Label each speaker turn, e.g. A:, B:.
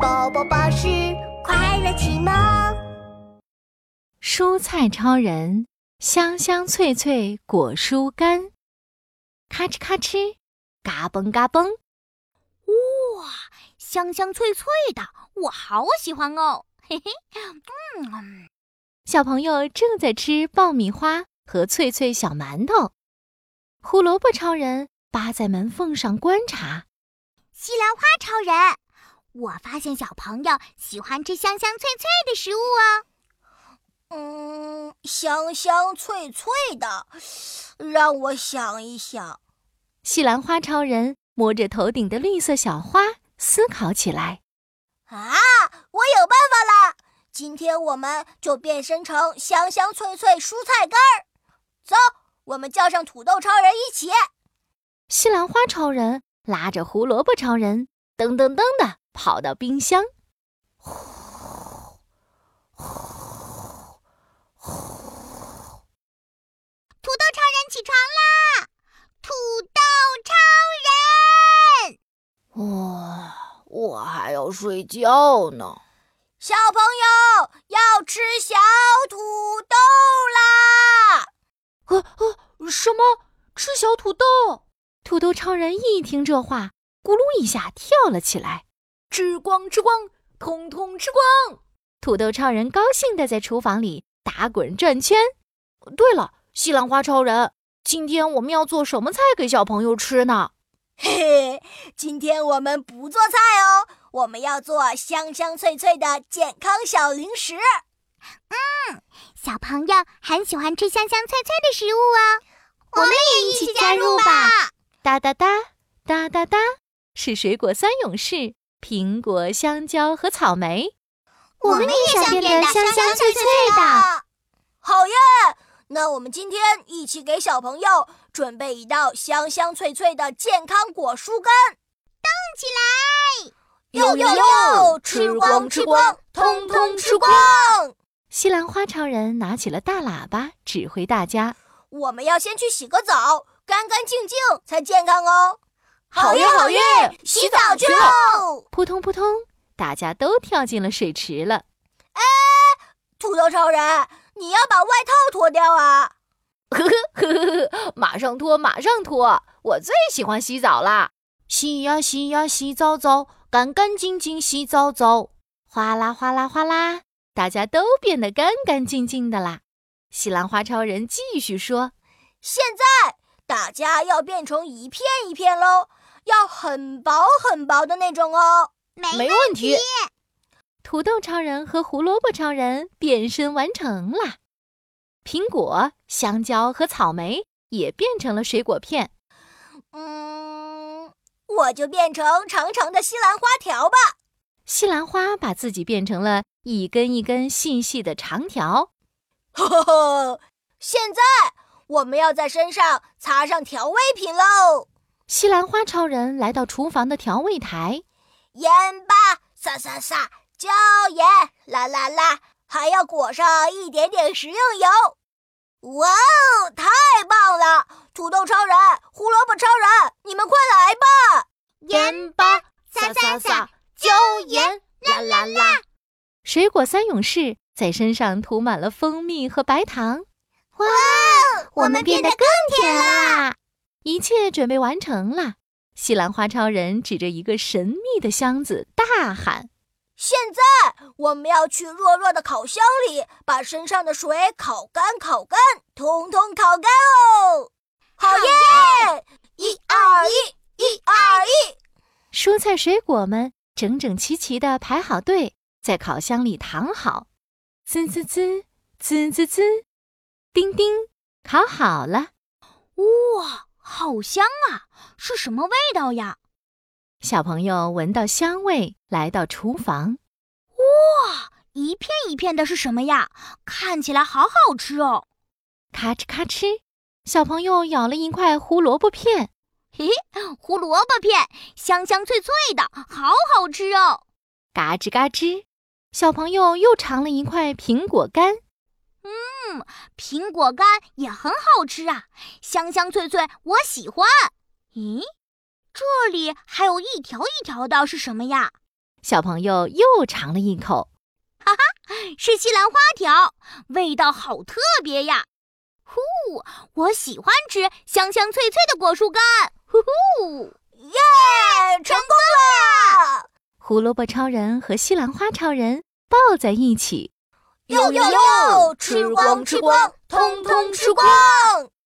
A: 宝宝巴士快乐启蒙。
B: 蔬菜超人，香香脆脆果蔬干，咔哧咔哧，嘎嘣嘎嘣，
C: 哇，香香脆脆的，我好喜欢哦！嘿嘿，嗯，
B: 小朋友正在吃爆米花和脆脆小馒头。胡萝卜超人扒在门缝上观察，
C: 西兰花超人，我发现小朋友喜欢吃香香脆脆的食物哦。
A: 嗯，香香脆脆的，让我想一想。
B: 西兰花超人摸着头顶的绿色小花，思考起来。
A: 啊，我有办法啦！今天我们就变身成香香脆脆蔬菜干儿。走，我们叫上土豆超人一起。
B: 西兰花超人拉着胡萝卜超人，噔噔噔的跑到冰箱。
C: 土豆超人起床啦！土豆超人，
D: 哇、我还要睡觉呢。
A: 小朋友要吃小土豆啦！
B: 呃
D: 啊啊！什么？吃小土豆？
B: 土豆超人一听这话，咕噜一下跳了起来。
D: 吃光吃光，通通吃光！
B: 土豆超人高兴地在厨房里打滚转圈。
D: 对了，西兰花超人，今天我们要做什么菜给小朋友吃呢？
A: 嘿嘿，今天我们不做菜哦，我们要做香香脆脆的健康小零食。
C: 小朋友很喜欢吃香香脆脆的食物哦。
A: 我们
C: 也
A: 一起加入吧！
B: 哒哒哒哒哒哒，是水果三勇士：苹果、香蕉和草莓。
C: 我们也想变得香香脆脆的。
A: 好耶！那我们今天一起给小朋友准备一道香香脆脆的健康果蔬干，动起来！呦呦呦，吃光吃光，通通吃光！
B: 西兰花超人拿起了大喇叭，指挥大家。
A: 我们要先去洗个澡，干干净净才健康哦。
D: 好耶好耶
A: 洗澡去喽！
B: 扑通扑通，大家都跳进了水池了。
A: 土豆超人，你要把外套脱掉啊！
D: 呵呵呵，马上脱，马上脱！我最喜欢洗澡啦！洗呀洗呀洗澡澡，干干净净洗澡澡。
B: 哗啦哗啦哗啦，大家都变得干干净净的啦。西兰花超人继续说
A: 现在大家要变成一片一片喽，要很薄很薄的那种哦。
C: 没
D: 没问题，：“
B: 土豆超人和胡萝卜超人变身完成啦。苹果、香蕉和草莓也变成了水果片。
A: 嗯，我就变成长长的西兰花条吧。
B: 西兰花把自己变成了一根一根细细的长条。
A: 呵呵呵，现在我们要在身上擦上调味品喽，
B: 西兰花超人来到厨房的调味台，
A: 盐巴撒撒撒，椒盐啦啦啦，还要裹上一点点食用油。哇哦，太棒了！土豆超人、胡萝卜超人，你们快来吧！
D: 盐巴
C: 撒撒撒，
D: 椒盐啦啦啦！
B: 水果三勇士在身上涂满了蜂蜜和白糖。
C: 哦我们变得更甜啦！
B: 一切准备完成了，西兰花超人指着一个神秘的箱子大喊
A: 现在我们要去弱弱的烤箱里，把身上的水烤干，烤干，通通烤干哦！好耶！一二一，一二一，：“
B: 蔬菜水果们整整齐齐地排好队，在烤箱里躺好。”滋滋滋，滋滋滋，叮叮，烤好了。
C: 哇，好香啊！是什么味道呀？
B: 小朋友闻到香味，来到厨房。
C: 一片一片的是什么呀？看起来好好吃哦！
B: 咔哧咔哧，小朋友咬了一块胡萝卜片，
C: 嘿嘿，胡萝卜片，香香脆脆的，好好吃哦！
B: 嘎吱嘎吱。小朋友又尝了一块苹果干，
C: 苹果干也很好吃啊，香香脆脆，我喜欢。咦，这里还有一条一条的，是什么呀？
B: 小朋友又尝了一口，
C: 是西兰花条，味道好特别呀！呼，我喜欢吃香香脆脆的果蔬干。呼呼，
A: 哎，成功了！
B: 胡萝卜超人和西兰花超人抱在一起。
A: 呦呦呦，吃光吃光，通通吃光！